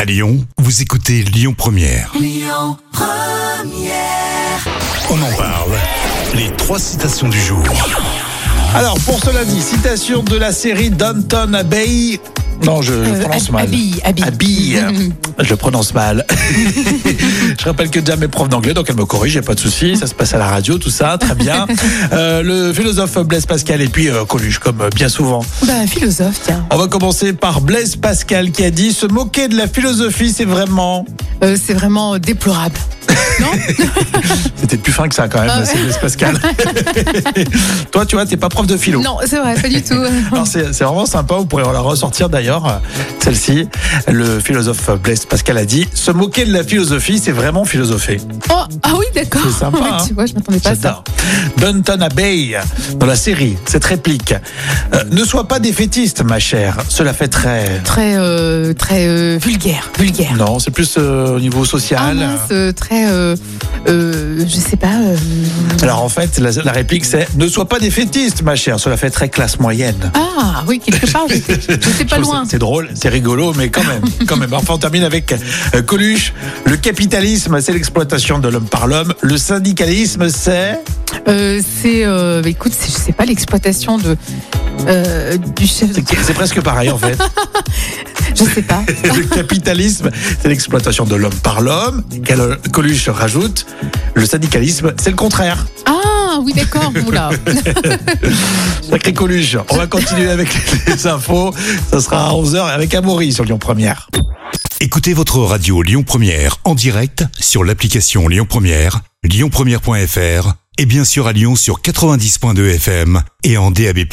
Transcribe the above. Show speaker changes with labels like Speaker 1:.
Speaker 1: À Lyon, vous écoutez Lyon Première. On en parle. Les trois citations du jour.
Speaker 2: Alors, pour ce lundi, citation de la série Downton Abbey. Non, je, je
Speaker 3: Euh,
Speaker 2: prononce
Speaker 3: Ab-
Speaker 2: mal.
Speaker 3: Abbey, Abbey.
Speaker 2: Abbey.
Speaker 3: Mhm.
Speaker 2: Je prononce mal. je rappelle que Jam est prof d'anglais, donc elle me corrige, y a pas de souci. Ça se passe à la radio, tout ça, très bien. Euh, le philosophe Blaise Pascal et puis euh, Coluche, comme euh, bien souvent.
Speaker 3: Bah, philosophe, tiens.
Speaker 2: On va commencer par Blaise Pascal qui a dit se moquer de la philosophie, c'est vraiment.
Speaker 3: Euh, c'est vraiment déplorable.
Speaker 2: C'était plus fin que ça quand même,
Speaker 3: Ah ouais.
Speaker 2: c'est Blaise Pascal. Toi, tu vois, t'es pas prof de philo.
Speaker 3: Non, c'est vrai, pas du tout.
Speaker 2: Alors, c'est c'est vraiment sympa, vous pourrez la ressortir d'ailleurs, euh, celle-ci. Le philosophe Blaise Pascal a dit Se moquer de la philosophie, c'est vraiment philosopher.
Speaker 3: Oh, ah oui, d'accord.
Speaker 2: C'est sympa, hein.
Speaker 3: tu vois, je m'attendais pas à ça.
Speaker 2: J'adore. Dunton Abbey, dans la série, cette réplique Euh, Ne sois pas défaitiste, ma chère, cela fait très.
Speaker 3: Très, euh, très euh, vulgaire, vulgaire.
Speaker 2: Non, c'est plus euh, au niveau
Speaker 3: Ah
Speaker 2: social.
Speaker 3: mince, euh, très, euh, euh, je sais pas. euh,
Speaker 2: Alors en fait, la, la réplique c'est Ne sois pas défaitiste, ma chère, cela fait très classe moyenne.
Speaker 3: Ah oui, quelque part, j'étais j'étais pas
Speaker 2: Je trouve
Speaker 3: loin.
Speaker 2: ça- C'est drôle, c'est rigolo, mais quand même, quand même. Enfin, on termine avec euh, Coluche. Le capitalisme, c'est l'exploitation de l'homme par l'homme. Le syndicalisme, c'est
Speaker 3: Euh, c'est, euh, bah, écoute, c'est- je sais pas, l'exploitation de euh, du chef.
Speaker 2: c'est- c'est presque pareil en fait.
Speaker 3: Je sais pas.
Speaker 2: Le capitalisme, c'est l'exploitation de l'homme par l'homme. Cal- Coluche rajoute, le syndicalisme, c'est le contraire.
Speaker 3: Ah oui, d'accord. Oula.
Speaker 2: Sacré Coluche. On va continuer avec les infos. Ça sera à 11h avec Amaury sur Lyon Première.
Speaker 1: Écoutez votre radio Lyon Première en direct sur l'application Lyon Première, lyonpremière.fr et bien sûr à Lyon sur 90.2 FM et en DAB+.